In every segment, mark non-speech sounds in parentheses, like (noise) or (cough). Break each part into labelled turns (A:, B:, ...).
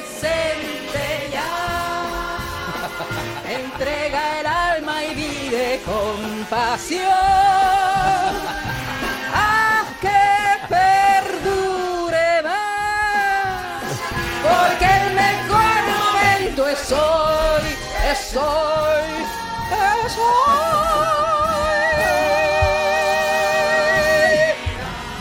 A: presente ya. Entrega el alma y vive con pasión. Haz que perdure más. Porque el mejor momento es hoy, es hoy, es hoy.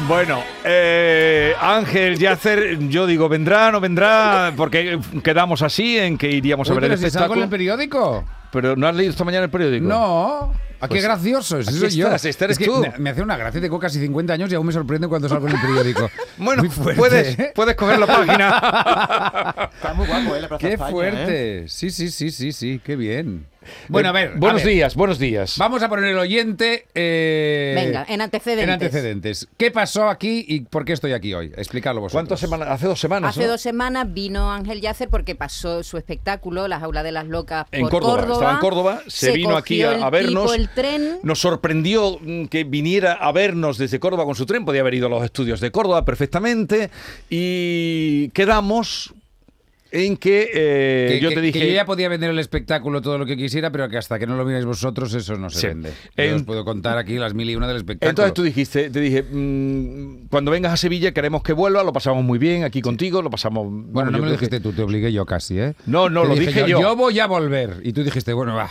B: Bueno, eh, Ángel Yacer, yo digo, ¿vendrá no vendrá? Porque quedamos así en que iríamos a
C: Uy,
B: ver el
C: pero si está con
B: espectáculo.
C: el periódico.
B: Pero ¿no has leído esta mañana el periódico?
C: No. ¿A qué
B: Pues,
C: gracioso? Ese
B: aquí
C: soy yo.
B: estás, este eres
C: Es que
B: tú.
C: Me, me hace una gracia, tengo casi 50 años y aún me sorprende cuando salgo en el periódico.
B: (laughs) Bueno,
C: Muy fuerte,
B: puedes,
C: ¿eh?
B: puedes coger la página.
D: Está muy guapo, ¿eh? La Plaza
C: Qué
D: España, ¿eh?
C: fuerte. Sí, sí, sí, sí, sí, qué bien. (laughs)
B: Eh,
C: Bueno, a ver. a
B: buenos
C: ver.
B: días, buenos días.
C: Vamos a poner el oyente. eh,
E: Venga, en antecedentes.
C: En antecedentes. ¿Qué pasó aquí y por qué estoy aquí hoy? Explicarlo vosotros.
B: ¿Cuántas semanas? Hace dos semanas.
E: Hace
B: ¿no?
E: dos semanas vino Ángel Yacer porque pasó su espectáculo, La Jaula de las Locas,
B: En
E: por
B: Córdoba, estaba en Córdoba, se, vino
E: cogió
B: aquí a, a
E: el
B: vernos.
E: tipo el tren.
B: Nos sorprendió mm, que viniera a vernos desde Córdoba con su tren, podía haber ido a los estudios de Córdoba perfectamente. Y quedamos en que eh,
C: Que,
B: yo
C: que-
B: te dije.
C: que yo ya podía vender el espectáculo todo lo que quisiera, pero que hasta que no lo miráis vosotros, eso no se
B: Sí.
C: vende. Yo
B: En-
C: os puedo contar aquí las mil y una del espectáculo.
B: Entonces tú dijiste, te dije, mm, cuando vengas a Sevilla queremos que vuelvas, lo pasamos muy bien aquí contigo, lo pasamos.
C: Bueno,
B: vamos,
C: no
B: yo
C: me
B: creo
C: lo
B: que-
C: dijiste tú, te obligué yo casi, ¿eh?
B: No, no,
C: Te
B: lo dije yo.
C: yo. voy a volver. Y tú dijiste, bueno, (laughs) va.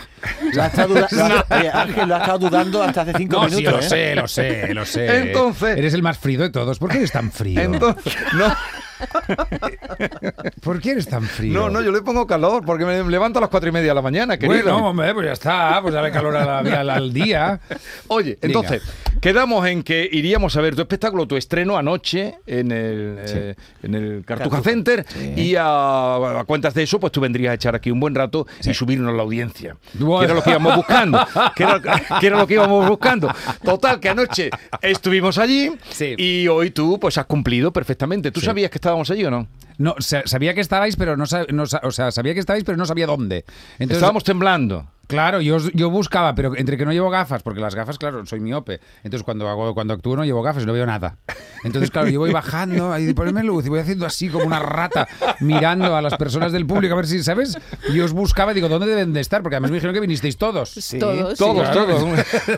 D: Lo ha
C: (laughs)
D: estado duda- lo ha- oye, Ángel lo ha estado dudando hasta hace cinco
C: No,
D: minutos.
C: sí, lo
D: ¿eh?
C: sé, lo sé, lo sé.
B: Entonces-
C: Eres el más frío de todos. ¿Por qué eres tan
B: (laughs)
C: frío?
B: Entonces, no,
C: ¿Por qué eres tan frío?
B: no, no, yo le pongo calor porque me levanto a las cuatro y media de la mañana, querido.
C: Bueno, hombre, pues ya está. Pues dale calor a la- al, al día.
B: Oye,
C: Venga.
B: entonces, quedamos en que iríamos a ver tu espectáculo, tu estreno anoche en el, eh, en el Cartuja
D: Cartuja,
B: Center y a, a cuentas de eso, pues tú vendrías a echar aquí un buen rato y subirnos la audiencia.
C: Bueno.
B: Que era lo que íbamos buscando. que, era, que era lo que íbamos buscando. Total, que anoche estuvimos allí
C: Sí.
B: y hoy tú pues has cumplido perfectamente. ¿Tú sabías que estábamos allí o no?
C: No, sa- sabía que estabais, pero no, sa- no sa- o sea, sabía que estabais, pero no sabía dónde. Entonces,
B: Estábamos temblando.
C: Claro, yo, yo buscaba, pero entre que no llevo gafas, porque las gafas, claro, soy miope. Entonces cuando hago, cuando actúo no llevo gafas, no veo nada. Entonces, claro, yo voy bajando, ahí ponerme luz y voy haciendo así como una rata, mirando a las personas del público a ver si, ¿sabes? Yo os buscaba, digo, ¿dónde deben de estar? Porque además me dijeron que vinisteis todos.
D: Sí.
E: Todos.
B: Todos,
C: claro.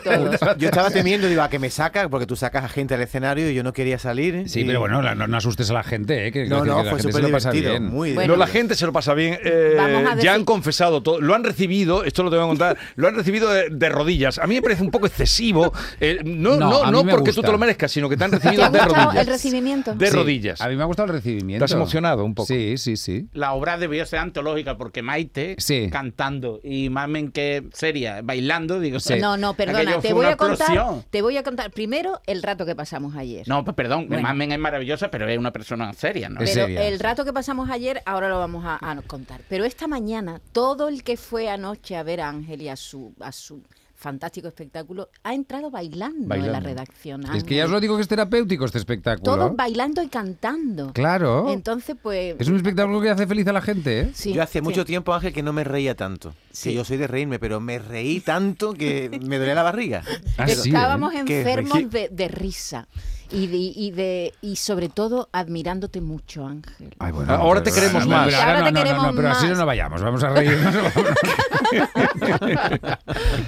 B: todos.
D: Yo estaba temiendo, digo, a que me saca, porque tú sacas a gente al escenario y yo no quería salir. ¿eh?
C: Sí,
D: y-
C: pero bueno, la- no, no asustes a la gente, ¿eh? Que,
D: No,
C: que
D: no,
C: la
D: fue
C: gente se
D: súper
C: lo pasa
D: divertido.
C: bien.
E: Bueno.
D: Muy
B: No,
D: divertido.
B: la gente se lo pasa bien. eh,
E: Vamos a
B: ya
E: decir-
B: han confesado todo. Lo han recibido, esto lo te voy a contar, lo han recibido de, de rodillas. A mí me parece un poco excesivo. eh, no
C: No,
B: no,
C: a mí
B: no
C: me
B: porque tú
C: gusta.
B: te lo merezcas, sino que te han
E: ¿Te
B: recibido
E: ha
B: de
E: gustado
B: rodillas.
E: el recibimiento?
B: De
C: Sí,
B: rodillas.
C: A mí me ha gustado el recibimiento.
B: Estás emocionado un poco.
C: Sí, sí, sí.
F: la obra debió ser antológica porque Maite
C: Sí.
F: cantando y Mamen que seria bailando digo
C: Sí.
E: No, no, perdona,
F: aquello
E: te
F: fue
E: voy
F: una
E: a contar.
F: explosión.
E: Te voy a contar primero el rato que pasamos ayer.
F: no pues perdón
E: Bueno.
F: Mamen es maravillosa pero es una persona seria no
C: Es
E: Pero
C: seria.
E: el rato que pasamos ayer, ahora lo vamos a, a contar. Pero esta mañana, todo el que fue anoche a ver a Ángel y a su, a su fantástico espectáculo, ha entrado bailando, en la
C: Bailando.
E: redacción.
C: Es que
E: Ángel.
C: ya os lo digo que es terapéutico este espectáculo.
E: Todos bailando y cantando.
C: Claro.
E: Entonces, pues...
C: Es un espectáculo que hace feliz a la gente, ¿eh?
E: sí,
D: yo hace
E: sí.
D: mucho tiempo, Ángel, que no me reía tanto.
E: Sí.
D: Que yo soy de reírme, pero me reí tanto (laughs) que me dolía la barriga.
C: Ah, sí,
E: Estábamos
D: ¿eh? Qué regi-
E: enfermos de, de risa. Y, de, y, de, y sobre todo admirándote mucho, Ángel.
C: Ay, bueno,
B: Ahora te queremos
C: no,
B: más.
C: pero
E: Ahora te
C: no, no, no,
E: queremos
C: no, pero así
E: más.
C: no vayamos. Vamos a reírnos. (laughs) vamos a-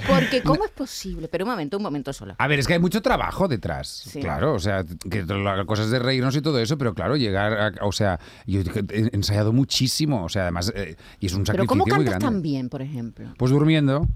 E: Porque ¿cómo es posible? Pero un momento, un momento sola.
C: A ver, es que hay mucho trabajo detrás. Claro, o sea, que la cosa es de reírnos y todo eso, pero claro, llegar a, O sea, yo he ensayado muchísimo. O sea, además, eh, y es un
E: Pero
C: sacrificio
E: ¿cómo
C: muy
E: cantas
C: grande.
E: tan bien, por ejemplo?
C: Pues durmiendo.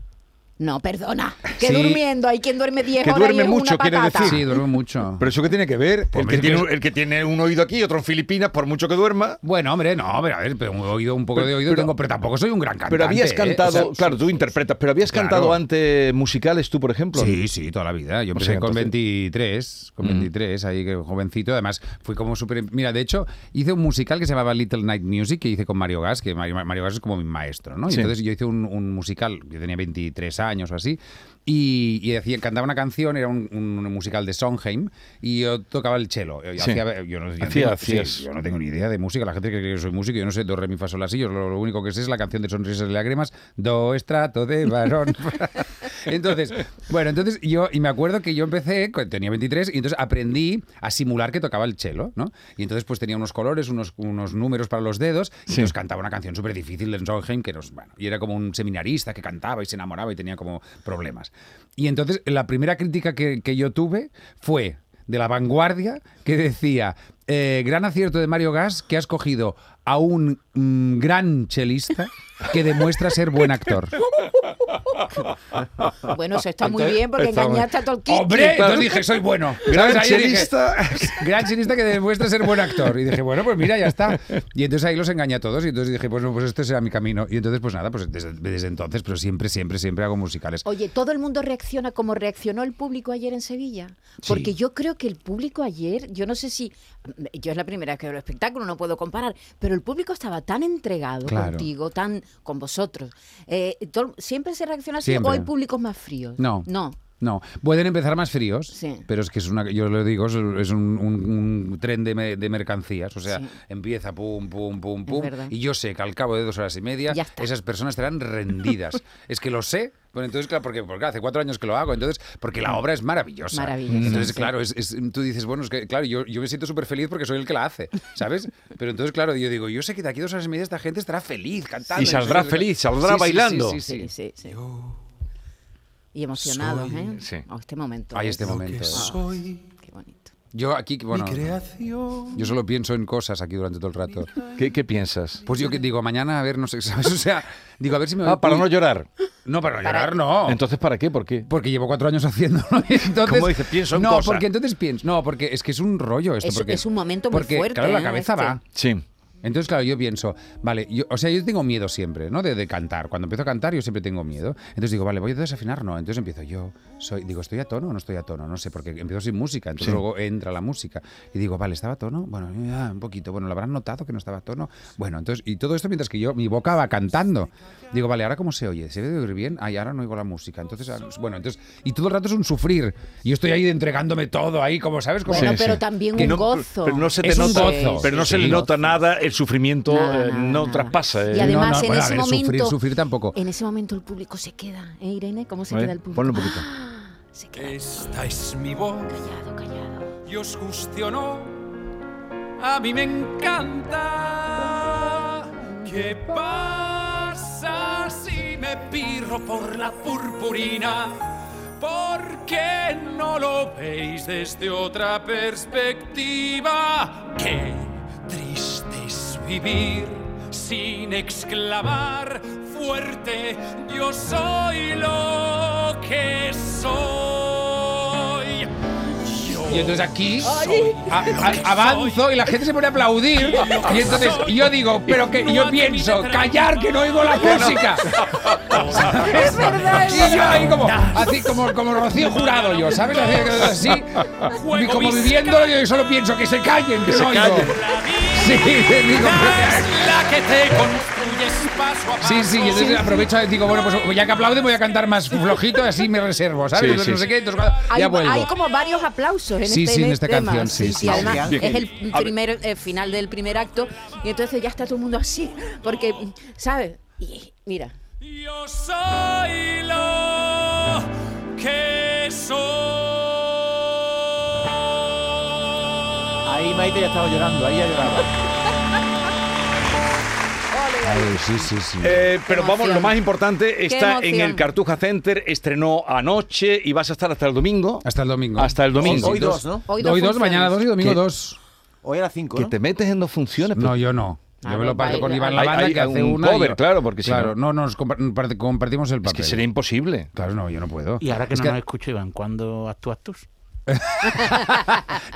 E: No, perdona. Que
C: Sí.
E: durmiendo hay quien duerme 10
B: Que
E: horas
B: duerme
E: y es
B: mucho,
E: una
B: quiere
E: patata.
C: Sí, duerme mucho.
B: Pero eso que tiene que ver,
C: Pues
B: el que,
C: es que
B: tiene,
C: es-
B: un- el que tiene un oído aquí y otro en Filipinas, por mucho que duerma.
C: Bueno, hombre, no, pero a ver, pero un oído, un poco
B: Pero-
C: de oído
B: pero-
C: tengo, pero tampoco soy un gran cantante.
B: Pero habías
C: ¿eh?
B: cantado,
C: O sea,
B: claro, tú interpretas, pero habías
C: Claro.
B: cantado antes musicales tú, por ejemplo.
C: Sí, sí, toda la vida.
B: O
C: Yo empecé
B: sea,
C: con
B: entonces- Mm.
C: 23, con 23, ahí que jovencito. Además, fui como súper... Mira, de hecho, hice un musical que se llamaba Little Night Music, que hice con Mario Gas, que Mario, Mario Gas es como mi maestro, ¿no? Y
B: Sí.
C: entonces yo hice un, un musical, yo tenía 23 años o así, y, y hacía- cantaba una canción, era un, un musical de Sondheim, y yo tocaba el cello. Yo,
B: Sí.
C: hacía- yo no, yo no
B: Hacía-
C: tengo-
B: hacías.
C: sí, yo no tengo ni idea de música. La gente cree que yo soy músico, yo no sé do, re, mi, fa, sol, la, si. Yo lo, lo único que sé es la canción de Sonrisas y Lágrimas, do estrato de varón. (laughs) entonces, bueno, entonces yo, y me acuerdo que yo empecé, cu- tenía 23, y entonces aprendí a simular que tocaba el cello, ¿no? Y entonces pues tenía unos colores, unos, unos números para los dedos, y entonces cantaba una canción súper difícil de Sondheim, que nos, bueno, y era como un seminarista que cantaba y se enamoraba y tenía como problemas. Y entonces la primera crítica que- que yo tuve fue de la vanguardia que decía eh, gran acierto de Mario Gas que has cogido a un mm, gran chelista que demuestra ser buen
E: (laughs)
C: actor.
E: Bueno, eso está muy
B: Entonces,
E: bien porque
B: está muy-
E: engañaste a todo el kit.
C: Hombre,
B: claro.
C: entonces dije, soy bueno.
B: Gran
C: ¿Sabes? Ahí dije,
B: chelista.
C: gran chelista que demuestra ser buen actor. Y dije, bueno, pues mira, ya está. Y entonces ahí los engañé a todos. Y entonces dije, pues, no, pues este será mi camino. Y entonces, pues nada, pues desde, desde entonces, pero siempre, siempre, siempre hago musicales.
E: Oye, todo el mundo reacciona como reaccionó el público ayer en Sevilla. Porque yo creo que el público ayer, yo no sé si. Yo es la primera vez que veo el espectáculo, no puedo comparar, pero el público estaba tan entregado
C: Claro.
E: contigo, tan con vosotros. Eh, tol- ¿Siempre se reacciona así
C: Siempre.
E: o hay públicos más fríos?
C: No.
E: No.
C: No, pueden empezar más fríos,
E: Sí.
C: pero es que es una, yo lo digo, es es un, un- un tren de, me- de mercancías, o sea,
E: Sí.
C: empieza pum, pum, pum, pum,
E: verdad.
C: y yo sé que al cabo de dos horas y media
E: Ya está.
C: esas personas estarán
E: (laughs)
C: rendidas. es que lo sé, bueno, entonces, claro, porque, porque hace cuatro años que lo hago, entonces, porque la obra es maravillosa.
E: Mm. Maravillosa,
C: Entonces,
E: sí.
C: claro, es- es- tú dices, bueno, es que, claro, yo, yo me siento súper feliz porque soy el que la hace,
E: (laughs)
C: ¿sabes? Pero entonces, claro, yo digo, yo sé que de aquí a dos horas y media esta gente estará feliz cantando.
B: Y
C: no sé
B: saldrá
C: qué.
B: feliz, saldrá bailando.
C: sí, sí.
E: Sí, sí, sí. Y emocionados, ¿eh?
B: sí.
E: Oh, este momento.
C: Ay,
E: es-
C: este momento. ¿eh?
E: Ah, Qué bonito.
C: Yo aquí, bueno, yo solo pienso en cosas aquí durante todo el rato.
B: ¿Qué, qué piensas?
C: Pues yo que digo, mañana a ver, no sé, (laughs) ¿sabes? O sea, digo, a ver si me voy...
B: Ah, para no llorar.
C: No, para no llorar, no.
B: Entonces, ¿para qué? ¿Por qué?
C: porque llevo cuatro años haciéndolo. (laughs) y Entonces,
B: Como dice, pienso en
C: No,
B: cosas.
C: porque entonces pienso. No, porque es que es un rollo esto.
E: Es-
C: porque,
E: es un momento muy
C: porque,
E: fuerte,
C: Claro, la
E: ¿eh?
C: cabeza
E: Este.
C: va.
B: Sí.
C: Entonces, claro, yo pienso, vale, yo, o sea, yo tengo miedo siempre, ¿no? De, de cantar. Cuando empiezo a cantar, yo siempre tengo miedo. Entonces digo, vale, voy a desafinar, no. Entonces empiezo yo, soy, digo, ¿estoy a tono o no estoy a tono? No sé, porque empiezo sin música, entonces luego entra la música. Y digo, vale, ¿estaba a tono? Bueno, ya, un poquito. Bueno, lo habrán notado que no estaba a tono. Bueno, entonces, y todo esto mientras que yo, mi boca va cantando. Digo, vale, ¿ahora cómo se oye? ¿Se debe oír bien? Ay, ahora no oigo la música. Entonces, ah, bueno, entonces, y todo el rato es un sufrir. Yo estoy ahí entregándome todo ahí, como sabes, como...
E: Bueno,
B: Sí,
E: pero
B: sí.
E: también
B: Que
E: un
B: no-
E: gozo.
B: Pero no se te
C: Es un
B: nota,
C: gozo.
B: pero no
C: Sí,
B: se le
C: sí.
B: nota nada el sufrimiento,
E: Nada,
B: eh,
E: nada,
B: no
E: nada.
B: traspasa. eh.
E: Y
C: No,
E: además
C: no,
E: en
C: bueno, a
E: ese
C: ver, sufrir,
E: momento.
C: sufrir tampoco.
E: En ese momento el público se queda, ¿eh, Irene? ¿Cómo se
B: A ver,
E: queda el público?
B: ponlo un poquito.
E: ¡Ah! (gasps) Se queda
G: Esta es mi voz
E: callado, callado.
G: y os guste o no, a mí me encanta. ¿Qué pasa si me pirro por la purpurina? ¿Por qué no lo veis desde otra perspectiva? Qué triste es vivir sin exclamar fuerte, yo soy lo que soy. Yo
C: Y entonces aquí
G: soy
C: a- a-
G: lo que
C: avanzo
G: soy.
C: y la gente se pone a aplaudir. Y entonces yo digo, pero que yo pienso, callar que no oigo la música.
E: Es verdad, es
C: Y yo ahí como, así como, como Rocío Jurado yo, ¿sabes? Así, así, y como viviéndolo yo solo pienso que se callen, que no oigo.
G: La vida (laughs)
C: Sí, (laughs) digo,
G: es la que te construyes paso a paso.
C: Sí, sí, y entonces aprovecho y digo, bueno, pues ya que aplauden voy a cantar más flojito y así me reservo,
B: Sí,
C: ¿sabes? Entonces
B: sí,
C: no sé
B: sí.
C: qué, entonces
E: Hay,
C: ya vuelvo.
E: hay como varios aplausos en
C: Sí,
E: este
C: sí, en
E: en
C: esta
E: este tema.
C: canción, sí, sí, sí.
E: además
B: Bien.
E: es el primer eh, final del primer acto y entonces ya está todo el mundo así porque ¿sabes? Y, mira,
G: Yo soy lo que soy.
D: Ahí Maite ya estaba llorando, ahí ya lloraba.
C: Ay, sí, sí, sí.
B: Eh, pero
E: Qué
B: vamos, lo
E: emoción.
B: más importante está en
E: emoción.
B: el Cartuja Center, estrenó anoche y vas a estar hasta el domingo.
C: Hasta el domingo.
B: Hasta el domingo.
D: Hoy dos, ¿no?
C: Hoy
E: hoy
C: dos,
E: funciones.
C: mañana dos y domingo
B: ¿Qué?
C: dos.
D: Hoy a las cinco,
B: Que
D: ¿no?
B: te metes en dos funciones. pues,
C: No,
B: pero-
C: yo no.
E: Ah,
C: Yo me lo
E: no,
C: parto con
E: baila.
C: Iván
B: Hay-
C: Lavanda,
B: hay
C: que hace
B: un
C: una. y
B: cover,
C: yo-
B: claro, porque si
C: Claro, no, nos compa- part- compartimos el
B: Es
C: papel.
B: que sería imposible.
C: Claro, no, yo no puedo.
F: Y ahora que
C: Es
F: no nos escucho, Iván, ¿cuándo actúas tú?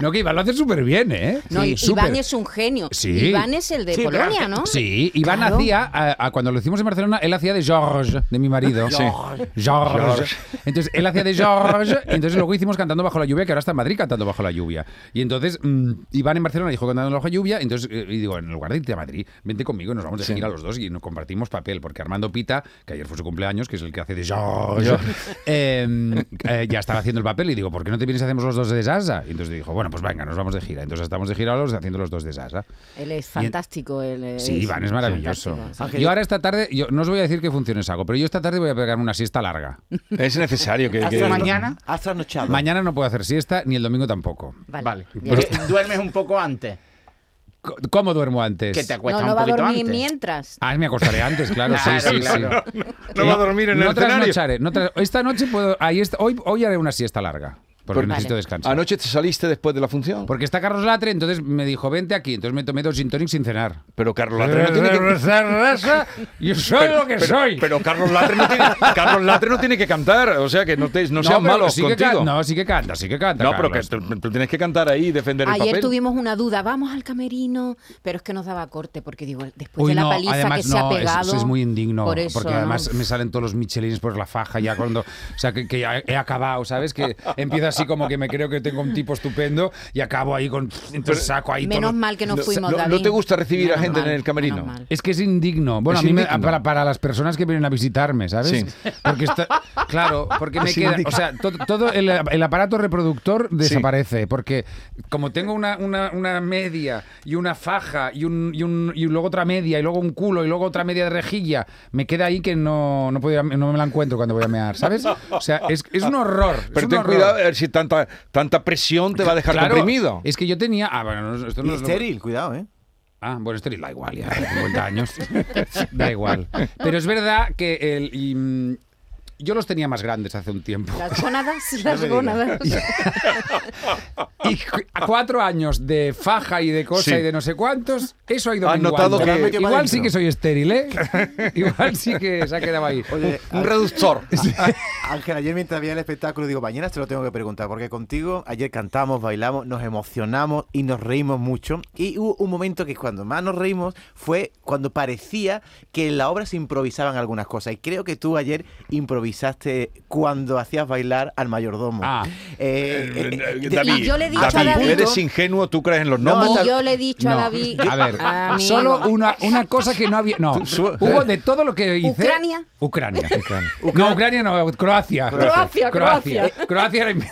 C: No, que Iván lo hace súper bien, ¿eh?
E: No,
C: Sí,
E: Iván
C: súper.
E: es un genio.
C: Sí.
E: Iván es el de
F: Sí, pero
E: Polonia,
F: antes-
E: ¿no?
C: Sí, Iván
E: Claro.
C: hacía, a- a cuando lo hicimos en Barcelona, él hacía de George, de mi marido.
B: Sí.
C: George.
B: George.
C: Entonces, él hacía de George, y entonces luego hicimos Cantando Bajo la Lluvia, que ahora está en Madrid cantando Bajo la Lluvia. Y entonces, mm, Iván en Barcelona dijo Cantando Bajo la Lluvia, entonces, eh, y digo, en lugar de irte a Madrid, vente conmigo, nos vamos de gira los dos y nos compartimos papel, porque Armando Pita, que ayer fue su cumpleaños, que es el que hace de George, eh, eh, ya estaba haciendo el papel y digo, ¿por qué no te vienes y hacemos los dos de Sasa? Y entonces dijo, bueno, pues venga, nos vamos de gira. Entonces, estamos de gira los haciendo los dos de Sasa.
E: Él es fantástico. él es-
C: Sí, Iván es maravilloso.
E: fantástico,
D: sí.
C: Yo ahora esta tarde, yo no os voy a decir qué funciones hago, pero yo esta tarde voy a pegarme una siesta
B: (laughs)
C: larga.
B: Es necesario que... que-
F: ¿Hasta mañana?
D: Has trasnochado.
C: Mañana no puedo hacer siesta, ni el domingo tampoco.
E: Vale.
F: Vale.
E: bien.
F: Eh, Duermes un poco antes.
C: Co- ¿Cómo duermo antes?
F: Que te acuestas
E: No, no va
F: un
E: a
F: poquito
E: dormir
F: antes.
E: mientras.
C: Ah, me acostaré antes, claro, sí,
F: Claro,
C: sí,
F: claro.
C: sí.
B: No va a dormir en
C: no
B: el escenario.
C: trasnocharé, no tras- Esta noche puedo, ahí est- hoy, hoy haré una siesta larga, porque
B: Porque-
C: necesito
E: Vale.
C: descansar.
B: Anoche te saliste después de la función.
C: Porque está Carlos Latre, entonces me dijo, vente aquí, entonces me tomé dos gin tonic sin cenar.
B: Pero Carlos Latre no tiene que...
C: Yo soy lo que
B: Pero-
C: soy.
B: Pero Carlos Latre no tiene, Carlos Latre no tiene que cantar, o sea que no, te, no, sean
C: pero
B: malos
C: sí que
B: contigo.
C: can- no, sí que canta, sí que canta.
B: No, pero que
C: Carlos.
B: te- te tienes que cantar ahí y defender el
E: Ayer
B: papel.
E: tuvimos una duda, vamos al camerino, pero es que nos daba corte porque digo, después
C: Uy,
E: Pues de la
C: no,
E: paliza
C: además,
E: que se ha
C: no, es-
E: pegado.
C: Eso es muy indigno,
E: por eso,
C: porque
E: ¿no?
C: además me salen todos los michelines por la faja ya cuando, o sea, que, que ya he acabado, ¿sabes? Que empieza así como que me creo que tengo un tipo estupendo y acabo ahí con, entonces saco ahí
E: menos
C: todo.
E: mal que no fuimos
B: no- no
E: David.
B: te gusta recibir a
E: Menos
B: gente en
E: mal,
B: el camerino.
E: menos mal.
C: Es que es indigno. Bueno,
B: Es
C: a mí me-
B: indigno.
C: para, para las personas que vienen a visitarme, ¿sabes?
B: Sí.
C: Porque está, claro, porque me
B: Es
C: queda,
B: indigno.
C: o sea, to- todo, el, el aparato reproductor desaparece, porque como tengo una, una, una media y una faja y un, y un y luego otra media y luego un culo y luego otra media de rejilla, me queda ahí que no no, puedo ir a- no me la encuentro cuando voy a mear, ¿sabes? O sea, es, es un horror. es
B: Pero
C: un
B: ten
C: horror.
B: cuidado, a ver si tanta, tanta presión te va a dejar
C: Claro,
B: comprimido.
C: Es que yo tenía. Ah, bueno, no- esto
D: Y
C: no es lo-
D: estéril, cuidado, ¿eh?
C: Ah, bueno, esto da igual, ya, 50 años. (laughs) da igual. Pero es verdad que el, y, mm, yo los tenía más grandes hace un tiempo.
E: Las gónadas,
D: me
E: las
C: (laughs)
D: digas.
E: gónadas.
C: Y cu- a cuatro años de faja y de cosa
B: Sí.
C: y de no sé cuántos, eso ha ido
B: Has notado
C: menguando.
B: que- Te lo has
D: metido
C: Igual
D: para
C: sí
D: dentro.
C: que soy estéril, ¿eh? (laughs) Igual sí que se ha quedado ahí.
D: (laughs) Oye,
B: Un
C: (laughs)
B: reductor.
D: Ángel, ayer mientras veía el espectáculo, digo, mañana te lo tengo que preguntar, porque contigo ayer cantamos, bailamos, nos emocionamos y nos reímos mucho. Y hubo un momento que cuando más nos reímos fue cuando parecía que en la obra se improvisaban algunas cosas. Y creo que tú ayer improvisaste cuando hacías bailar al mayordomo.
C: Ah.
D: Eh, eh, eh, de-
B: David,
E: y yo le he dicho a
B: David,
E: David-
B: eres ingenuo, tú crees en los
D: No,
B: gnomos.
D: hasta-
E: y yo le he dicho a
C: No.
E: David.
C: A ver,
E: amigo,
C: solo una, una cosa que no había.
B: (laughs)
C: No,
B: su-
C: hubo de todo lo que hice.
E: Ucrania.
C: Ucrania. No, Ucrania no, Croacia.
E: Croacia,
C: Croacia. Croacia era inven-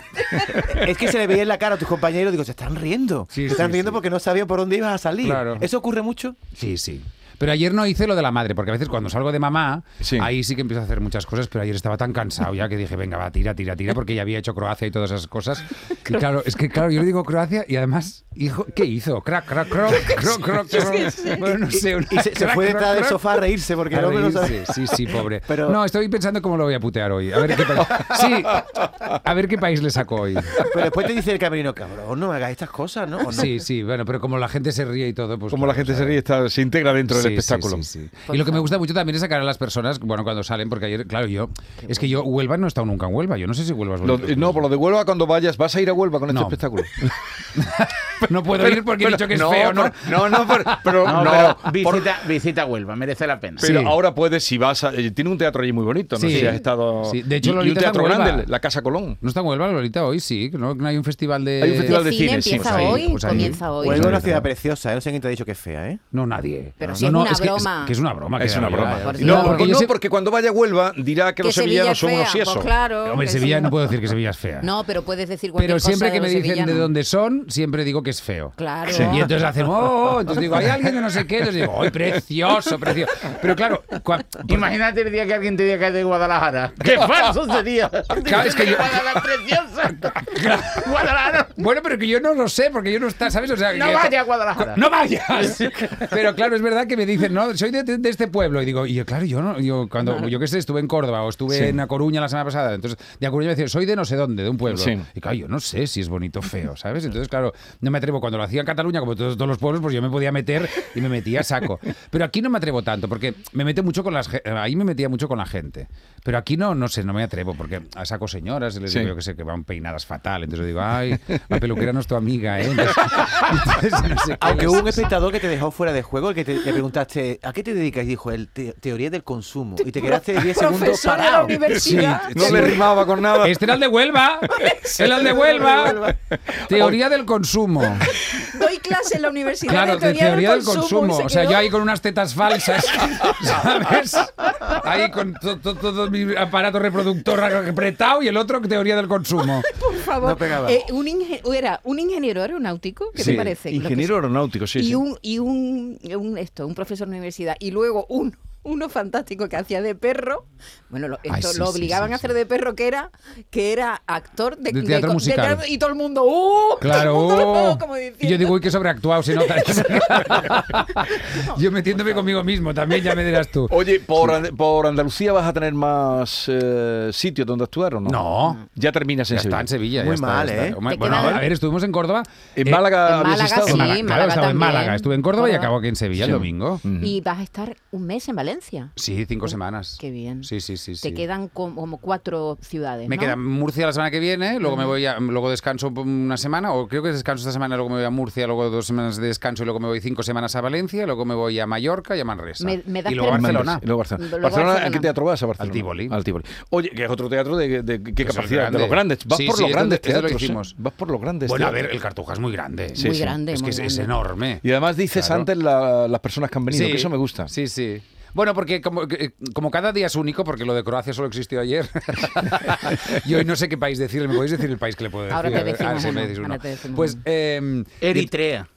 D: Es que se le veía en la cara a tus compañeros, digo, se están riendo.
C: Sí,
D: se están
C: sí,
D: riendo
C: sí.
D: porque no sabían por dónde ibas a salir.
C: Claro.
D: ¿Eso ocurre mucho?
C: Sí, sí. Pero ayer no hice lo de la madre, porque a veces cuando salgo de mamá,
B: Sí.
C: ahí sí que empiezo a hacer muchas cosas, pero ayer estaba tan cansado ya que dije, venga, va, tira, tira, tira, porque ya había hecho Croacia y todas esas
D: (laughs)
C: cosas. Y claro, es que claro, yo le digo Croacia y además, hijo, ¿qué hizo? Crac, crac,
D: (laughs)
C: croc, croc, croc, croc. Bueno, no sé. una-
D: Y se, se
C: crac,
D: fue
C: croc,
D: detrás del
C: croc.
D: sofá a reírse porque
C: A
D: luego no
C: reírse.
D: sabe-
C: Sí, sí, pobre.
D: (laughs) Pero-
C: No, estoy pensando cómo lo voy a putear hoy. A ver qué país.
D: (laughs)
C: Sí, a ver qué país le saco hoy.
D: Pero después te dice el camerino, cabrón, no me hagas estas cosas, ¿no? ¿O no?
C: Sí, sí, bueno, pero como la gente se ríe y todo, pues.
B: Como la
C: claro,
B: gente se
C: ¿sabes?
B: ríe, está- se integra dentro del
C: Sí,
B: espectáculo.
C: sí, sí, sí. Y lo que me gusta mucho también es sacar a las personas, bueno, cuando salen, porque ayer, claro, yo. Es que yo, Huelva no he estado nunca en Huelva. Yo no sé si Huelva es
B: Lo-
C: bonito.
B: no, por lo de Huelva, cuando vayas, vas a ir a Huelva con este
C: No.
B: espectáculo.
C: (laughs) No puedo ir porque he
B: Pero-
C: dicho que es
B: no,
C: feo, ¿no?
B: por- no, no, por- pero,
F: No,
B: no,
F: pero
B: por-
F: visita, visita Huelva, merece la pena.
B: pero
C: Sí.
B: ahora puedes, si vas a, eh, Tiene un teatro allí muy bonito, no
C: Sí.
B: sé si has estado...
C: Sí, de hecho,
B: y- y, un
C: Lolita está en
B: teatro
C: Huelva.
B: grande, la Casa Colón.
C: No está en Huelva, Lolita, hoy sí. que No, no hay un festival de.
B: Hay un festival de
E: de cine
B: cine, sí,
E: empieza
B: pues ahí,
E: hoy,
C: pues ahí.
E: comienza hoy.
D: Huelva es una
C: Sí,
D: ciudad
C: claro.
D: preciosa, ¿eh? no sé quién te ha dicho que es fea, ¿eh?
C: No, nadie.
E: Pero
C: no,
E: si es
C: no,
E: una
C: que-
E: broma.
C: Que, es una broma.
B: es
C: que
B: una
C: da
B: broma.
C: igual.
E: Por
B: No,
E: Dios.
B: porque,
C: yo
B: no,
C: sé-
B: porque cuando vaya a Huelva dirá que, los sevillanos son unos
E: fea,
B: yesos.
E: pues claro.
C: Hombre,
E: que
C: Sevilla
E: sí.
C: no puedo decir que Sevilla es fea.
E: No, pero puedes decir cualquier
C: Pero
E: cosa
C: siempre
E: de
C: que me
E: los
C: dicen de
E: sevillanos.
C: dónde son, siempre digo que es feo.
E: Claro.
C: Y entonces hacen, oh, oh, oh". entonces digo, hay alguien de no sé qué, entonces digo, ¡ay, precioso, precioso! Pero claro, cua-
F: Imagínate el día que alguien te diga que es de (laughs) Guadalajara. ¡Qué falso sería! (laughs)
C: Claro, es que yo-
F: Guadalajara preciosa. (laughs) Guadalajara.
C: Bueno, pero que yo no lo sé, porque yo no está, ¿sabes? O sea,
F: No
C: que-
F: vaya a Guadalajara.
C: (laughs) ¡No vayas! Pero claro, es verdad que me dicen, no, soy de, de- de este pueblo. Y digo, y yo, claro, yo no, yo cuando, yo qué sé, estuve en Córdoba o estuve
B: Sí.
C: en A Coruña la semana pasada. Entonces, de A Coruña me decían, soy de no sé dónde, de un pueblo.
B: Sí.
C: Y claro, yo no sé si es bonito o feo, ¿sabes? Entonces, claro, no me atrevo. Cuando lo hacía en Cataluña, como todos, todos los pueblos, pues yo me podía meter y me metía a saco. Pero aquí no me atrevo tanto, porque me mete mucho con las ge- eh, ahí me metía mucho con la gente. Pero aquí no, no sé, no me atrevo, porque a saco señoras y les
B: Sí.
C: digo, yo qué sé, que van peinadas fatal. Entonces digo, ay, la peluquera no es tu amiga, ¿eh? Entonces- (laughs) entonces, no sé qué,
D: Aunque
C: no
D: hubo
C: sé.
D: un espectador que te dejó fuera de juego y que te, le preguntaste, ¿a qué te dedicas? Y dijo, el te- teoría del consumo. Y te quedaste 10 segundos
E: Profesor de la
D: parado.
E: universidad.
B: No le rimaba con nada.
C: Este era el de Huelva. Era el de Huelva. Teoría del consumo.
E: Doy clase en la universidad
C: Claro,
E: de teoría,
C: del consumo.
E: y se
C: O sea,
E: quedó-
C: yo ahí con unas tetas
E: (laughs)
C: falsas, ¿sabes? Ahí con to- to- todo mi aparato reproductor apretado y el otro teoría del consumo.
E: Por favor.
D: No pegaba.
E: Eh, un inge- era un ingeniero aeronáutico, ¿qué
B: Sí,
E: te parece? Lo que
B: Ingeniero aeronáutico, sí.
E: y
B: sí.
E: un y un, un esto un profesor de universidad y luego un uno fantástico que hacía de perro bueno lo, esto
C: sí,
E: lo
C: sí,
E: obligaban
C: sí,
E: a hacer de perro que era que era actor de,
C: De teatro
E: co-
C: musical.
E: teatro- y todo el mundo ¡uh! (laughs)
C: Claro.
E: Todo el mundo,
C: oh.
E: como
C: Y
E: diciendo,
C: yo digo, uy, qué sobreactuado se
E: (laughs)
C: nota. yo metiéndome conmigo mismo también, ya me dirás tú.
B: Oye, por, And- por Andalucía vas a tener más eh, sitios donde actuar o no?
C: No.
B: Ya terminas en
C: Ya está
B: Sevilla.
C: en Sevilla.
D: Muy
C: ya está,
D: mal,
C: ya está.
D: ¿eh?
C: Bueno,
E: Te queda-
C: a ver, estuvimos en Córdoba.
B: En
C: Eh,
B: Málaga
E: en
B: habías
E: Málaga,
B: estado.
E: sí.
C: Málaga, claro, he estado en
E: también.
C: Málaga. Estuve en Córdoba, y
E: Córdoba.
C: acabo aquí en Sevilla
B: Sí.
C: el domingo.
E: y vas a estar un mes en Valencia
C: Sí, cinco semanas.
E: qué bien.
C: Sí, sí, sí.
E: te
C: sí.
E: quedan como, como cuatro ciudades
C: Me
E: ¿no?
C: queda Murcia la semana que viene, luego me voy a, luego descanso una semana, o creo que descanso esta semana, luego me voy a Murcia, luego dos semanas de descanso y luego me voy cinco semanas a Valencia, luego me voy a Mallorca y a Manresa.
E: Me- me das
C: y luego a
E: permiso.
C: Barcelona.
B: Y luego Barcelona.
E: Luego
B: Barcelona, ¿a
E: Barcelona.
B: qué teatro vas a Barcelona?
C: Al Tívoli.
B: Al Tívoli. Oye, que es otro teatro de, de- qué
C: es
B: capacidad,
C: grande.
B: de los grandes. Vas
C: Sí,
B: por
C: sí,
B: los
C: esto-
B: grandes
C: esto lo
B: teatros. ¿eh?
C: hicimos.
B: Vas por los grandes
C: Bueno, a
B: teatros.
C: ver, el Cartuja es muy grande.
B: Este- Sí,
E: muy
B: sí.
E: grande
C: es que
E: muy
C: es, es
E: grande.
C: enorme.
B: Y además dices
C: Claro.
B: antes la- las personas que han venido,
C: Sí.
B: que eso me gusta.
C: Sí, sí. Bueno, porque como, que- eh, como cada día es único, porque lo de Croacia solo existió
B: (laughs)
C: ayer, (laughs) y hoy no sé qué país decirle. ¿Me podéis decir el país que le puedo decir?
E: Ahora te
C: A ver,
E: decimos
C: ah, sí, me
E: uno,
C: decís
E: ahora te decimos
C: Pues,
E: uno.
C: eh,
F: Eritrea.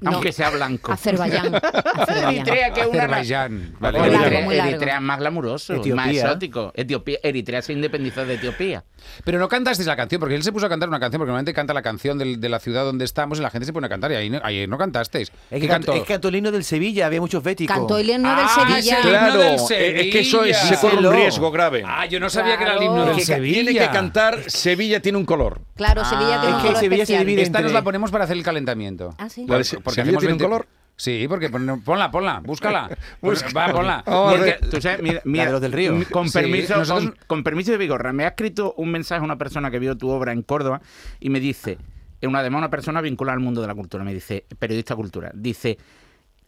E: No.
F: Aunque sea
C: (laughs)
F: blanco.
E: Azerbaiyán Azerbaiyán.
F: Eritrea, que es una. ra-
C: Azerbaiyán. Vale,
F: Oye,
C: Azerbaiyán.
E: Muy largo,
F: Eritrea-
E: muy largo.
F: Eritrea es más glamuroso, más
D: Etiopía.
F: exótico. Etiopía, Eritrea se independizó de Etiopía.
C: Pero no cantasteis la canción, porque él se puso a cantar una canción, porque normalmente canta la canción del- de la ciudad donde estamos y la gente se pone a cantar y ahí no, ahí no cantasteis.
D: Es
C: ¿Qué
D: que, cantó? es que cantó el himno del Sevilla, había muchos béticos.
E: cantó el himno
C: Ah,
E: del Sevilla
C: ese-
B: Claro,
C: El himno del
B: eh, es que eso es, se
C: Sevilla.
B: corre un
D: Díselo.
B: riesgo grave.
C: Ah, yo no sabía que era el himno
E: Claro.
C: del
B: Que ca-
C: Sevilla.
B: Tiene que cantar Sevilla tiene un color.
E: claro Sevilla tiene
D: Ah. es
E: un
D: que
E: color
D: Sevilla se
E: especial.
D: divide
C: Esta nos
D: entre-
C: la ponemos para hacer el calentamiento.
E: Ah, sí.
B: La de Se- Sevilla
C: hacemos
B: tiene un
C: 20
B: color.
C: Sí, porque pon- ponla, ponla,
B: (laughs)
C: búscala.
B: Búscala. (laughs)
C: Va, ponla.
B: Vamos a
C: Porque-
B: ver.
F: Tú sabes, mira, mira,
D: de los del río.
F: m- Con
C: Sí,
F: permiso,
C: nosotros-
F: con, con permiso de Vigorra, me ha escrito un mensaje una persona que vio tu obra en Córdoba y me dice, en una además una persona vinculada al mundo de la cultura, me dice, periodista cultura, dice,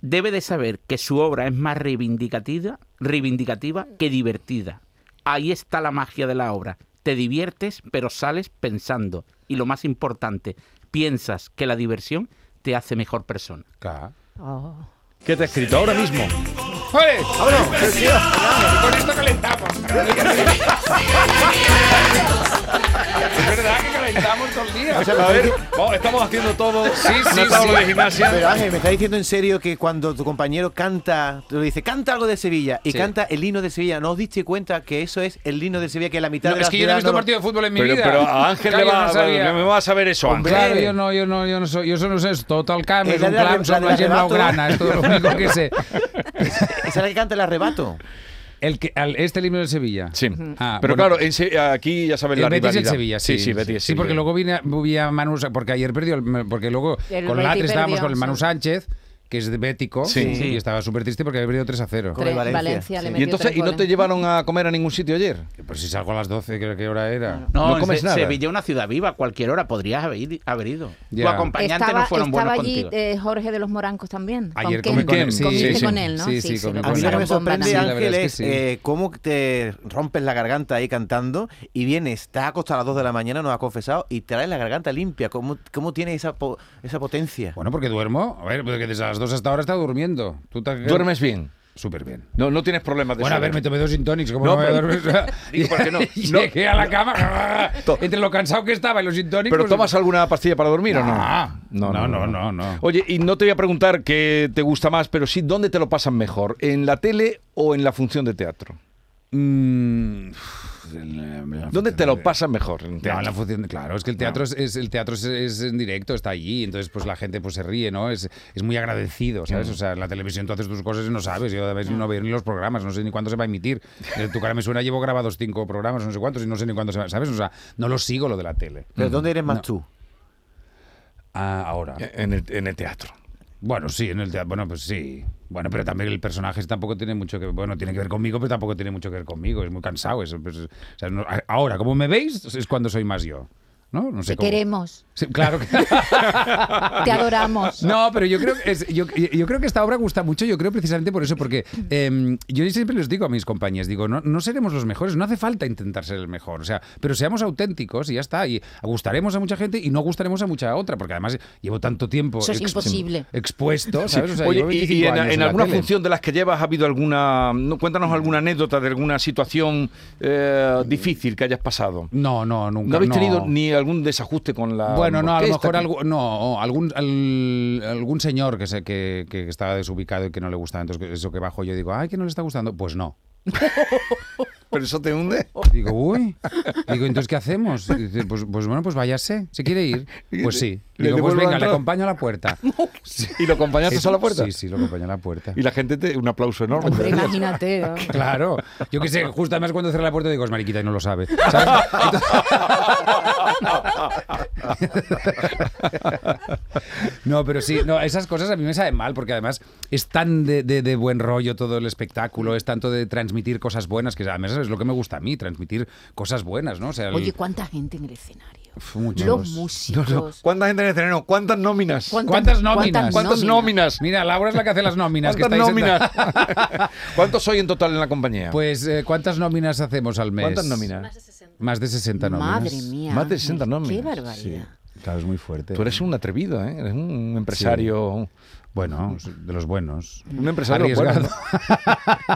F: debe de saber que su obra es más reivindicativa, reivindicativa que divertida. Ahí está la magia de la obra. Te diviertes, pero sales pensando. Y lo más importante, piensas que la diversión te hace mejor persona.
C: Ca-
E: Oh.
B: ¿Qué te ha escrito ahora mismo?
C: ¡Ole! pues,
B: (laughs)
D: O sea, me
B: A
D: está
B: ver,
D: dic-
B: vamos, estamos haciendo todo.
C: Sí, sí,
B: no te hablo
C: sí.
B: de gimnasia.
D: Pero Ángel, me está diciendo en serio que cuando tu compañero canta, te lo dice, canta algo de Sevilla y
C: Sí.
D: canta el himno de Sevilla, ¿no os diste cuenta que eso es el himno de Sevilla, que es la mitad
C: No,
D: de la
C: es que yo no he
D: ciudad
C: visto
D: lo-
C: partido de fútbol en mi
B: Pero,
C: vida.
B: pero a Ángel le
C: Claro, yo
B: va,
C: no sabía.
B: me va a saber eso, Ángel.
C: Claro, yo no, yo no, yo no soy, yo eso no sé, es total cambio, es
D: Es la
C: un
D: de la-
C: clam,
D: la
C: son
D: de la
C: las
D: Rebato.
C: blaugrana,
E: ¿eh?
C: es
E: (laughs)
C: todo lo único que sé.
D: Esa es la que canta el arrebato.
C: El que, al- este el himno de Sevilla.
B: Sí.
C: Ah,
B: pero
C: bueno.
B: claro, en Se- aquí ya sabes
C: El
B: la
C: Betis y el
B: rivalidad.
C: Sevilla, sí.
B: sí, Betis y
C: Sí, porque
B: Sevilla.
C: luego vine, vi a Manu, Sa- porque ayer perdió, el- porque luego
E: El
C: con
E: Betis
C: Latre estábamos
E: perdió,
C: con el Manu
E: sí.
C: Sánchez, que es de Bético,
B: Sí.
C: y estaba súper triste porque había perdido 3 a 0.
D: Con el
E: Tres-
D: Valencia,
E: Valencia,
D: sí.
E: le
B: Y
E: metió
B: entonces,
E: tres
B: ¿y no te
E: goles.
B: llevaron a comer a ningún sitio ayer?
C: Pues si salgo a las 12, creo que hora era.
F: No,
B: No
F: en
B: comes
F: Se-
B: nada.
F: Sevilla es una ciudad viva, cualquier hora podrías haber, ido- haber ido.
C: Ya.
F: Tu acompañante
E: estaba,
F: no fueron
E: estaba
F: buenos
E: allí
F: contigo.
E: eh, Jorge de los Morancos también.
C: Ayer
E: con
C: comí
E: Ken.
C: con él, sí,
E: Comiste
C: sí,
E: con
C: sí.
E: él, ¿no?
C: Sí, sí, comí
E: lo
D: A mí lo que
E: pasaron
D: me
E: bomba
D: sorprende,
C: Sí, la
E: también.
C: verdad
D: Ángel,
C: es
D: es
C: que sí.
D: eh, cómo te rompes la garganta ahí cantando y vienes, te has acostado a las 2 de la mañana, nos has confesado, y traes la garganta limpia. ¿Cómo, cómo tiene esa, po- esa potencia?
C: Bueno, porque duermo, a ver, porque desde las 2 hasta ahora está durmiendo. ¿Tú te-
B: ¿Duermes bien?
C: Súper bien.
B: No, no tienes problemas de
C: Bueno, a
B: sueño.
C: ver, me tomé dos intonics, como
B: No,
C: no, me voy a
B: pero-
C: dormir? O sea,
B: (laughs) Digo, ¿por qué
C: (laughs)
B: no? No.
C: Llegué a la cama,
B: To-
C: entre lo cansado que estaba y los intonics.
B: ¿Pero
C: pues-
B: tomas alguna pastilla para dormir o no?
C: Ah, no, no, no, no.
B: Oye, y no te voy a preguntar qué te gusta más, pero sí, ¿dónde te lo pasan mejor? ¿En la tele o en la función de teatro?
C: Mm, uf, eh, en la- en la
B: ¿Dónde
C: función
B: te lo
C: de-
B: pasas mejor? En
C: No,
B: teatro.
C: la función, claro, es que el teatro, es, es- el teatro es, es en directo, está allí, entonces pues la gente pues se ríe, ¿no? Es, es muy agradecido, ¿sabes? O sea, en la televisión tú haces tus cosas y no sabes, yo a veces no veo ni los programas, no sé ni cuándo se va a emitir. Eh, Tu cara me suena, llevo grabados cinco programas, no sé cuántos, y no sé ni cuándo se va, ¿sabes? O sea, no lo sigo lo de la tele.
D: ¿Pero dónde eres más
C: Mm. No.
D: tú?
C: Ah, ahora.
B: Eh, En el, en el teatro.
C: Bueno, sí, en el teatro, bueno, pues sí. Bueno, pero también el personaje tampoco tiene mucho que bueno, tiene que ver conmigo, pero tampoco tiene mucho que ver conmigo, es muy cansado eso. pues, o sea, no- a- ahora, como me veis, es cuando soy más yo. ¿No? No sé
E: Te
C: cómo.
E: queremos,
C: Sí, claro que (laughs)
E: te adoramos.
C: No, pero yo creo, que es- yo, yo creo que esta obra gusta mucho, yo creo precisamente por eso, porque eh, yo siempre les digo a mis compañías, digo, no, no seremos los mejores, no hace falta intentar ser el mejor, o sea, pero seamos auténticos y ya está, y gustaremos a mucha gente y no gustaremos a mucha otra, porque además llevo tanto tiempo
E: Eso es
C: ex-
E: imposible.
C: expuesto, ¿sabes? O sea,
B: Oye,
C: llevo
B: y- y,
C: 25
B: en,
C: años
B: en
C: la
B: alguna
C: tele.
B: función de las que llevas ha habido alguna. no, Cuéntanos alguna anécdota de alguna situación eh, difícil que hayas pasado.
C: No, no, nunca.
B: ¿No habéis
C: no.
B: tenido ni algún desajuste con la.
C: Bueno, no, a lo
B: orquesta?
C: mejor algo, no, algún, al- algún señor que, se, que, que estaba desubicado y que no le gustaba, entonces eso que bajo yo digo, ay, que no le está gustando, pues no.
B: (laughs) ¿Pero eso te hunde?
C: Digo, uy. Digo, entonces, ¿qué hacemos? Y dice, pues, pues bueno, pues váyase. ¿Se quiere ir? Pues sí.
B: Le
C: Digo, pues
B: devuelvo la
C: venga, le
B: entrada.
C: acompaño a
B: (laughs)
C: la puerta.
B: ¿Y lo acompañaste
C: Eso-
B: a la puerta?
C: Sí, sí, lo acompaño a la puerta.
B: Y la gente te. Un aplauso enorme.
E: Hombre, imagínate. ¿no?
C: (laughs) Claro. Yo qué sé, justo además cuando cerré la puerta digo, es mariquita y no
B: (laughs)
C: lo sabe. ¿Sabes? (laughs) No, pero sí, no, esas cosas a mí me saben mal porque además es tan de, de- de buen rollo todo el espectáculo, es tanto de transmitir cosas buenas, que además es lo que me gusta a mí, transmitir cosas buenas, ¿no? O sea, el-
E: Oye, ¿cuánta gente en el escenario?
C: Uf, muchos.
E: Los músicos.
B: ¿Cuánta gente en el escenario? ¿Cuántas nóminas?
C: ¿Cuántas nóminas?
B: ¿Cuántas nóminas?
C: Mira, Laura es la que hace las nóminas. que
B: ¿Cuántas
C: estáis senta-
B: nóminas?
C: (laughs)
B: ¿Cuántos soy en total en la compañía?
C: Pues, eh, ¿cuántas nóminas hacemos al mes?
B: ¿Cuántas nóminas?
C: Más de 60 nóminas.
E: Madre mía.
B: Más de 60 nóminas,
E: Qué
B: sí.
E: barbaridad.
C: Claro, es muy fuerte.
B: Tú eres un atrevido, ¿eh? Eres un empresario.
C: Bueno, de los buenos.
B: Un empresario bueno,
C: Arriesgado.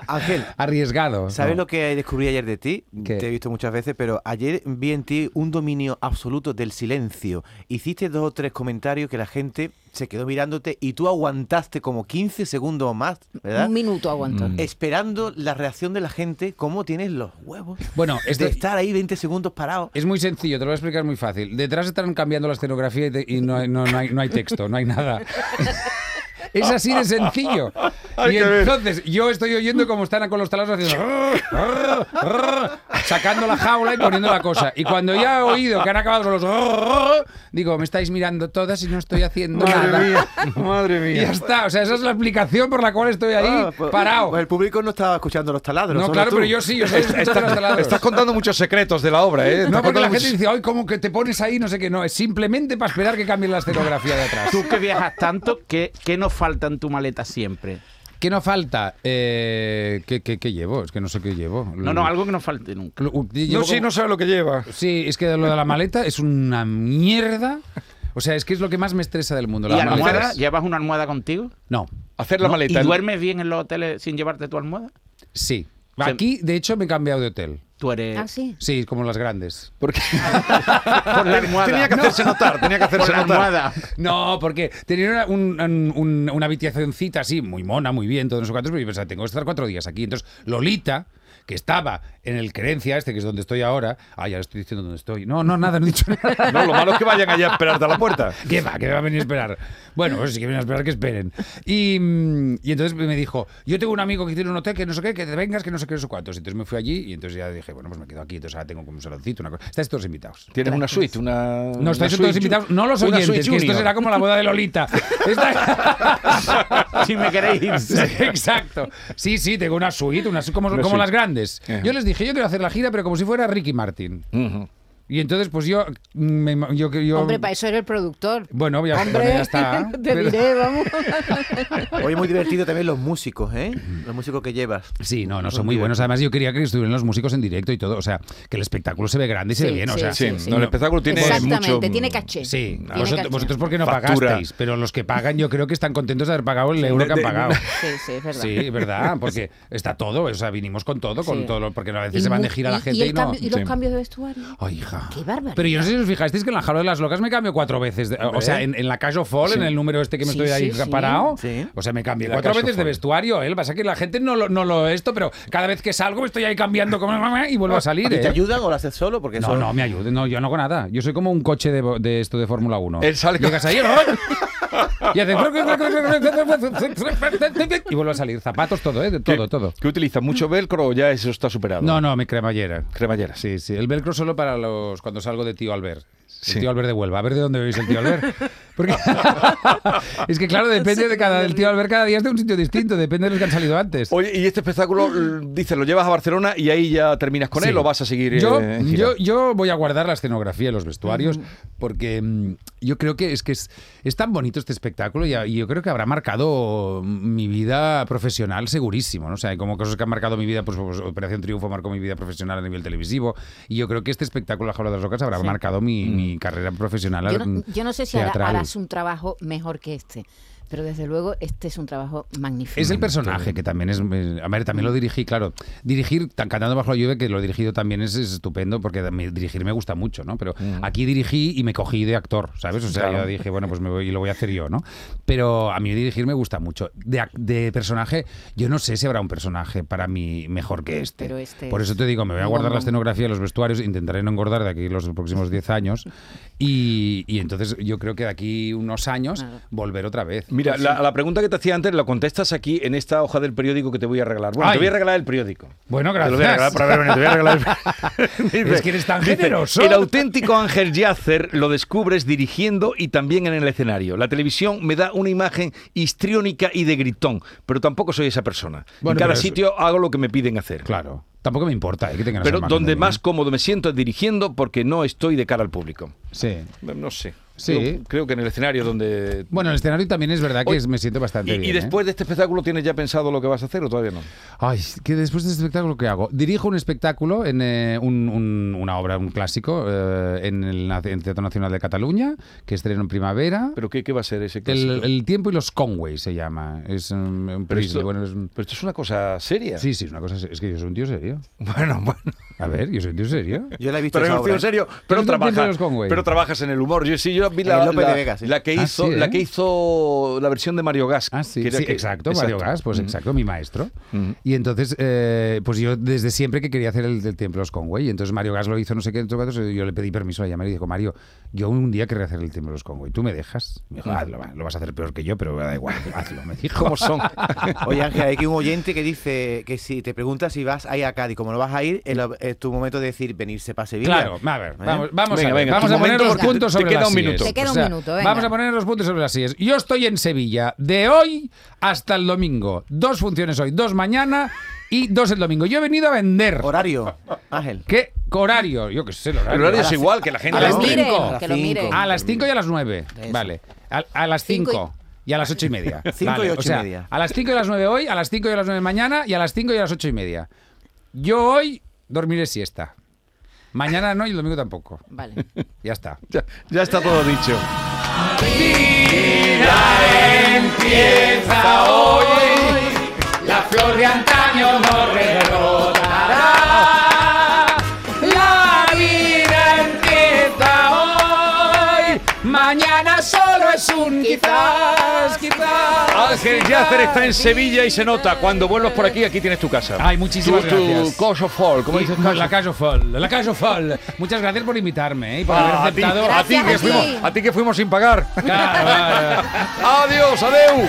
D: Ángel,
C: (laughs) Arriesgado.
D: ¿sabes
C: No.
D: lo que descubrí ayer de ti?
C: ¿Qué?
D: Te he visto muchas veces, pero ayer vi en ti un dominio absoluto del silencio. Hiciste dos o tres comentarios que la gente se quedó mirándote y tú aguantaste como 15 segundos o más, ¿verdad?
E: Un minuto aguantó.
C: Mm.
D: Esperando la reacción de la gente, cómo tienes los huevos
C: Bueno,
D: de
C: este,
D: estar ahí 20 segundos parado.
C: Es muy sencillo, te lo voy a explicar muy fácil. Detrás están cambiando la escenografía y, te- y no, hay, no- no hay, no hay texto, no hay nada. (laughs) Es así de sencillo. y entonces yo estoy oyendo cómo están con los taladros haciendo... sacando la jaula y poniendo la cosa. Y cuando ya he oído que han acabado con los... digo, me estáis mirando todas y no estoy haciendo nada.
D: (laughs)
B: madre
C: Y ya está. O sea, esa es la explicación por la cual estoy ahí
D: Ah, pues-
C: parado.
D: Pues el público no estaba escuchando los taladros.
C: no,
D: solo
C: claro,
D: tú.
C: pero yo sí, yo soy el escuchador de los taladros.
B: Estás contando muchos secretos de la obra, ¿eh?
C: No,
B: Estás
C: porque la
B: contando
C: gente
B: muchos-
C: dice, ay, ¿cómo que te pones ahí? No sé qué, no. Es simplemente para esperar que cambien la escenografía de atrás.
F: (laughs) Tú que viajas tanto, ¿qué, qué nos falta en tu maleta siempre?
C: ¿Qué nos falta? Eh, ¿qué, qué, qué llevo? Es que no sé qué llevo.
F: No, no, algo que nos falte nunca.
C: Lo- u- llevo
B: No, sí,
C: como-
B: no sabe lo que lleva.
C: Sí, es que lo de la maleta es una mierda. O sea, es que es lo que más me estresa del mundo.
F: ¿Y
C: la
F: almohada?
C: maleta.
F: ¿Llevas una almohada contigo?
C: No,
B: Hacer la
F: ¿No?
B: maleta.
F: ¿Y duermes bien en los hoteles sin llevarte tu almohada?
C: sí.
F: sea-
C: Aquí, de hecho, me he cambiado de hotel.
F: Tú eres...
E: Ah, sí.
C: Sí, como las grandes.
B: Porque
F: Por la almohada.
B: tenía que hacerse notar, tenía que
F: Por
B: hacerse
F: la
B: notar.
F: almohada.
C: No, porque tenía una, un- un- un- una habitacióncita así, muy mona, muy bien, todos no sé cuántos, pero yo pensaba, tengo que estar cuatro días aquí. Entonces, Lolita, que estaba en el Querencia, este que es donde estoy ahora, ah, ya le estoy diciendo dónde estoy. No, no, nada, no he dicho (laughs) nada.
B: No, lo malo es que vayan allá a esperarte a la puerta.
C: ¿Qué va? ¿Qué va a venir a esperar? Bueno, pues sí que vienen a esperar que esperen. Y, mm, y entonces me dijo, yo tengo un amigo que tiene un hotel que no sé qué, que te vengas, que no sé qué, no sé cuántos. Entonces me fui allí y entonces ya dije, bueno, pues me quedo aquí. Entonces ahora tengo como un saloncito, una cosa. Estáis todos invitados.
B: Tienes una suite, una.
C: No, estáis todos invitados, no los oyentes, que esto será como la boda de Lolita. Esta-
B: (laughs)
F: Si me queréis ir.
C: Sí, Exacto. Sí, sí, tengo una suite, una suite como,
B: Una
C: como
B: suite.
C: las grandes.
B: Ajá.
C: Yo les dije, yo quiero hacer la gira, pero como si fuera Ricky Martin. Y entonces, pues yo... me- yo, yo-
E: Hombre, para eso era el productor.
C: Bueno, ya,
E: Hombre,
C: bueno, ya está.
E: (laughs) te
C: Pero-
E: diré, vamos.
D: Oye, muy divertido también los músicos, ¿eh? Los músicos que llevas.
C: Sí, no, no
D: Son
C: son muy buenos. Además, yo quería que estuvieran los músicos en directo y todo. O sea, que el espectáculo se ve grande y se
E: Sí,
C: ve bien. o
E: sí,
C: sea,
B: Sí,
E: Sí, sí.
B: no, el espectáculo tiene
E: Exactamente,
B: mucho.
E: tiene caché.
C: Sí,
E: Tiene
C: vosotros,
E: caché.
C: vosotros porque no
B: Factura.
C: pagasteis, pero los que pagan yo creo que están contentos de haber pagado el euro que han
B: de-
C: pagado.
B: (laughs)
E: Sí, sí, es verdad.
C: Sí, es verdad, porque está todo, o sea, vinimos con todo, con
E: Sí.
C: todo, lo- porque a
E: Y
C: veces se van
E: mu-
C: de gira la
E: y-
C: gente
E: y,
C: y,
E: el
C: no. Oh,
E: cambio- y los
B: Sí.
E: cambios de vestuario.
C: Ay, hija, loca.
E: Qué barbaridad.
C: Pero yo no sé si os fijasteis que en la jaula de las locas me cambio cuatro veces. de- o sea, en, en la Cash of Fall, en el número este que me
E: Sí,
C: estoy ahí
E: sí, sí.
C: parado.
D: Sí.
C: O sea, me cambié
B: La
C: cuatro
B: Cash of
C: veces de
B: Fall.
C: vestuario, él. Pasa que la gente no lo, no lo esto, pero cada vez que salgo me estoy ahí cambiando como y vuelvo a salir.
D: ¿Y te
C: ¿eh?
D: ayudan o lo haces solo? Porque
C: No,
D: eso-
C: no, me ayude. No, yo no hago nada. Yo soy como un coche de, de esto de Fórmula 1.
B: Él sale con-
C: Llegas ahí
B: (laughs)
C: y haces... y vuelve a salir. Zapatos, todo, ¿eh? De
B: ¿Qué-
C: Todo, todo.
B: ¿Qué utiliza? ¿Mucho velcro o ya eso está superado?
C: No, no, mi cremallera.
B: Cremallera.
C: Sí, sí. El velcro solo para los cuando salgo de tío Albert. El
B: Sí.
C: tío Albert de Huelva. A ver de dónde veis el tío Albert. Porque (laughs) es que claro, depende de cada el tío Albert cada día es de un sitio distinto, depende de los que han salido antes.
B: Oye, y este espectáculo, l- dices, lo llevas a Barcelona y ahí ya terminas con
C: Sí.
B: él o vas a seguir.
C: Yo,
B: eh, en gira?
C: yo, yo voy a guardar la escenografía y los vestuarios porque mm, yo creo que es que es, es tan bonito este espectáculo y, a- y yo creo que habrá marcado mi vida profesional segurísimo. ¿no? O sea, hay como cosas que han marcado mi vida, pues, pues, Operación Triunfo marcó mi vida profesional a nivel televisivo y yo creo que este espectáculo La Jaula de las Locas habrá marcado mi,
B: Mm.
C: mi carrera profesional.
E: Yo no,
C: mm,
E: yo no sé si hará-
C: teatral.
E: harás un trabajo mejor que este, pero desde luego este es un trabajo magnífico.
C: Es el personaje que también es. eh, A ver, también lo dirigí, claro. Dirigir, tan cantando bajo la lluvia, que lo he dirigido también es, es estupendo, porque a mí dirigir me gusta mucho, ¿no? Pero
E: Mm.
C: aquí dirigí y me cogí de actor, ¿sabes? O sea, yo dije, bueno, pues me voy y lo voy a hacer yo, ¿no? Pero a mí dirigir me gusta mucho. De, ac- de personaje, yo no sé si habrá un personaje para mí mejor que este.
E: Pero este
C: Por
E: es-
C: eso te digo, me voy a
E: No,
C: guardar la
E: no.
C: escenografía, los vestuarios, intentaré no engordar de aquí los próximos 10 años. Y, y entonces yo creo que de aquí unos años
E: Claro.
C: volver otra vez.
B: Mira, la, la pregunta que te hacía antes la contestas aquí en esta hoja del periódico que te voy a regalar. Bueno,
C: Ay.
B: te voy a regalar el (laughs) periódico.
C: Bueno, gracias.
B: Te lo voy a regalar por haber venido, te voy a regalar
C: (laughs)
B: el- Dice-
C: Es que eres tan
B: dice,
C: generoso.
B: El auténtico Ángel Yacer lo descubres dirigiendo y también en el escenario. La televisión me da una imagen histriónica y de gritón, pero tampoco soy esa persona.
C: Bueno,
B: en cada
C: pero es-
B: sitio hago lo que me piden hacer.
C: Claro. Tampoco me importa eh, que tengan esa
B: Pero
C: imagen
B: donde
C: de mí,
B: más
C: ¿eh?
B: cómodo me siento es dirigiendo porque no estoy de cara al público.
C: Sí.
B: No sé.
C: Sí.
B: Yo creo que en el escenario donde...
C: Bueno, el escenario también es verdad que
B: Oye,
C: es- me siento bastante
B: y, y
C: bien. ¿eh?
B: después de este espectáculo tienes ya pensado lo que vas a hacer o todavía no.
C: Ay, que después de este espectáculo, ¿qué hago? Dirijo un espectáculo, en eh, un- un- una obra, un clásico, eh, en el, na- en el Teatro Nacional de Cataluña, que estreno en primavera.
B: ¿Pero qué, qué va a ser ese clásico?
C: el, El tiempo y los Conway se llama. Es um, un
B: Pero
C: prisma,
B: esto,
C: bueno, es un-
B: pero esto es una cosa seria.
C: Sí, sí, es una cosa. Es que yo soy un tío serio.
B: (laughs) Bueno, bueno.
C: A ver, yo soy un tío serio.
B: (laughs)
D: Yo la he visto
B: Pero es
D: esa
B: un tío
D: obra. ¿eh?
B: serio,
C: Pero
B: pero,
C: es del tiempo de
B: trabajas,
C: los Conway.
B: pero trabajas en el humor. Yo sí, yo vi
D: En
B: la,
D: el Lope de
B: la-
D: Vega, sí.
B: la que
C: Ah,
B: hizo,
C: sí, ¿eh?
B: la que hizo la versión de Mario Gas.
C: Ah, sí,
B: que era
C: sí,
B: que-
C: exacto, Mario Gas, pues
B: Mm.
C: exacto, mi maestro.
B: Ujú.
C: Y entonces, eh, pues yo desde siempre que quería hacer el del Templo de los Conway, y entonces Mario Gas lo hizo, no sé qué, entonces yo le pedí permiso a llamar y dijo, Mario, yo un día querré hacer el Templo de los Conway, ¿tú me dejas? Me dijo, hazlo, va, lo vas a hacer peor que yo, pero da igual, hazlo, me dijo.
B: ¿Cómo son?
D: Oye, Ángel, hay aquí un oyente que dice que si te preguntas si vas a ir a Cádiz, como no vas a ir, es, la- es tu momento de decir venirse para Sevilla.
C: (laughs) Claro, a ver,
D: ¿Eh?
C: vamos, vamos
B: Venga,
C: a, ver,
B: venga,
C: vamos
B: tu
C: a poner
B: momento
C: los
B: porque
C: puntos
B: te- te
C: sobre
B: queda
C: las
B: un
C: sillas.
B: minuto. Te
E: queda un minuto, venga.
C: Vamos a poner los puntos sobre las sillas. Yo estoy en Sevilla de hoy hasta el domingo. Dos funciones hoy, dos mañana y dos el domingo. Yo he venido a vender.
D: Horario, Ángel.
C: ¿Qué horario? Yo qué sé, el horario.
B: El horario
C: A
B: es
C: las-
B: igual que la gente.
E: Que
C: A
E: lo
C: las
E: miren,
C: cinco.
E: que lo
D: Cinco.
E: miren.
D: Ah,
C: A las 5 y a las 9.
D: Eso.
C: Vale. A, a las
E: Cinco y-
C: 5. Y a las ocho y media.
D: (laughs) Cinco y
C: Vale,
D: ocho
C: o
D: y
C: sea,
D: media.
C: A las 5 y a las 9 hoy, a las 5 y a las 9 mañana y a las 5 y a las ocho y media. Yo hoy dormiré siesta. Mañana no y el domingo tampoco. (laughs)
E: Vale.
C: Ya está.
B: Ya, ya está todo dicho.
C: ¡Ah! La vida empieza hoy. Mañana solo es un quizás, quizás.
B: Ángel Yacer está en Sevilla y se nota. Cuando vuelvas por aquí, aquí tienes tu casa.
C: Ay, muchísimas
B: Tu- tu
C: gracias.
B: Cosh of Fall, ¿cómo
C: Y-
B: dices?
C: no, la Cash of Fall, la Cash of Fall. Muchas gracias por invitarme ¿eh? y por
B: Ah,
C: haber aceptado.
B: a ti, a ti que
E: Gracias a ti.
B: fuimos, a ti que fuimos sin pagar.
C: Claro, claro.
B: Adiós, adeu.